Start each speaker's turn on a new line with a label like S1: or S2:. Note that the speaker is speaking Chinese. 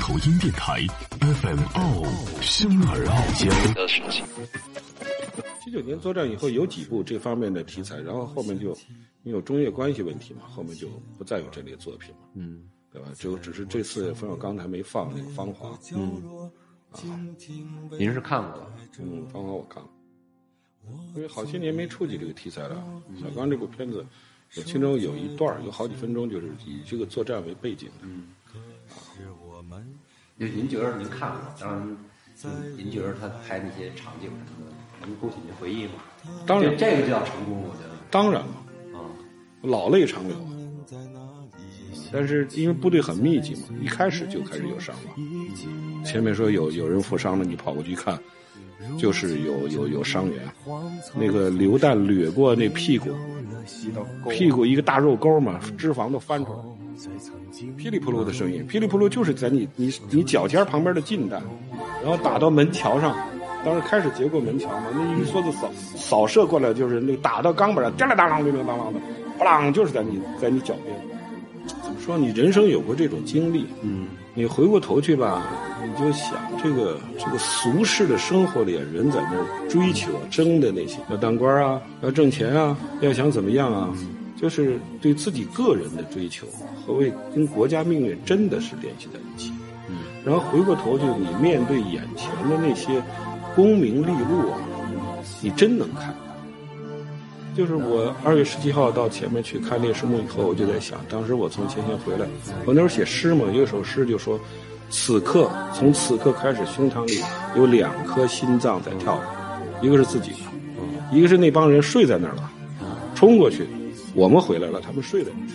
S1: 头音电台 FM 傲生而傲娇。
S2: 七九年作战以后有几部这方面的题材，然后后面就因为有中越关系问题嘛，后面就不再有这类作品嘛，
S3: 嗯，
S2: 对吧？就只是这次冯小刚才没放那个《芳华》，
S3: 嗯，您是看过了？
S2: 嗯，《芳华》我看了，因为好些年没触及这个题材了。小刚这部片子，我其中有一段儿有好几分钟就是以这个作战为背景的，
S3: 就您觉得您看过，当然您您觉得他拍那些场景什么的，能勾起您回忆吗？
S2: 当然
S3: 这这个就叫成功，我觉得
S2: 当然了，
S3: 啊，
S2: 老泪长流啊。但是因为部队很密集嘛，一开始就开始有伤亡。前面说有有人负伤了，你跑过去一看，就是有有有伤员，那个榴弹掠过那屁股，屁股一个大肉沟嘛，脂肪都翻出来，噼里扑噜的声音，噼里扑噜就是在你你你脚尖旁边的近弹，然后打到门桥上。当时开始结过门桥嘛，那一梭子扫扫射过来，就是那个打到钢板上，叮啦当啷，叮铃当啷的，咣啷，就是在你在你脚边。怎么说？你人生有过这种经历，嗯，你回过头去吧，你就想这个这个俗世的生活里，人在那儿追求啊争的那些，要当官啊，要挣钱啊，要想怎么样啊，就是对自己个人的追求，何谓跟国家命运真的是联系在一起？嗯，然后回过头去，你面对眼前的那些功名利禄啊，你真能看到。就是我二月十七号到前面去看烈士墓以后，我就在想，当时我从前线回来，我那时候写诗嘛，有一首诗就说：“此刻，从此刻开始，胸膛里有两颗心脏在跳，一个是自己的，一个是那帮人睡在那儿了，冲过去，我们回来了，他们睡在那儿。”